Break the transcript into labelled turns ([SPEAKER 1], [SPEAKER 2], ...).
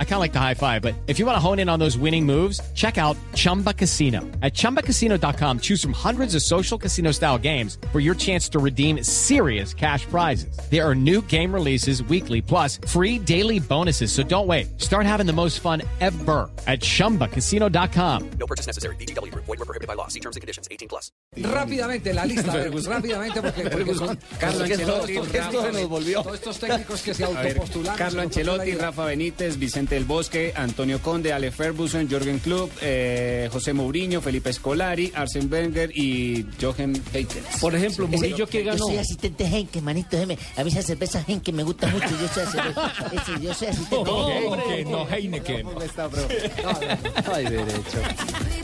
[SPEAKER 1] I kind of like the high five, but if you want to hone in on those winning moves, check out Chumba Casino. At chumbacasino.com, choose from hundreds of social casino style games for your chance to redeem serious cash prizes. There are new game releases weekly, plus free daily bonuses. So don't wait. Start having the most fun ever at chumbacasino.com.
[SPEAKER 2] No purchase necessary. BGW. Void were prohibited by law. See terms and conditions. 18 plus.
[SPEAKER 3] Rápidamente, la lista, a ver, rápidamente, porque, porque son
[SPEAKER 4] Carlos
[SPEAKER 3] son
[SPEAKER 4] Ancelotti,
[SPEAKER 3] estos-
[SPEAKER 4] esto se nos volvió.
[SPEAKER 3] Todos estos técnicos que se
[SPEAKER 4] A ver,
[SPEAKER 3] autopostularon.
[SPEAKER 4] Carlo
[SPEAKER 3] se nos fue la
[SPEAKER 4] Ancelotti,
[SPEAKER 3] idea.
[SPEAKER 4] Rafa Benítez, Vicente del Bosque, Antonio Conde, Ale Ferguson, Jorgen Klopp, eh, José Mourinho, Felipe Scolari, Arsene Wenger y Jochen Heikens.
[SPEAKER 5] Por ejemplo, Murillo que
[SPEAKER 6] Yo
[SPEAKER 5] ganó.
[SPEAKER 6] soy asistente Henke, manito, déjeme. A mí esa cerveza Henke me gusta mucho. Yo soy asistente, yo soy asistente Henke.
[SPEAKER 1] no Heineken.
[SPEAKER 4] Ay, derecho.